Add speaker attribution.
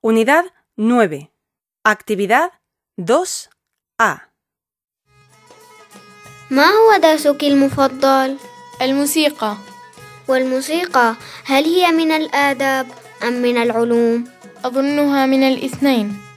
Speaker 1: Unidad 9. Actividad 2A.
Speaker 2: ما هو درسك المفضل؟
Speaker 3: الموسيقى
Speaker 2: والموسيقى هل هي من الآداب أم من العلوم؟
Speaker 3: أظنها من الاثنين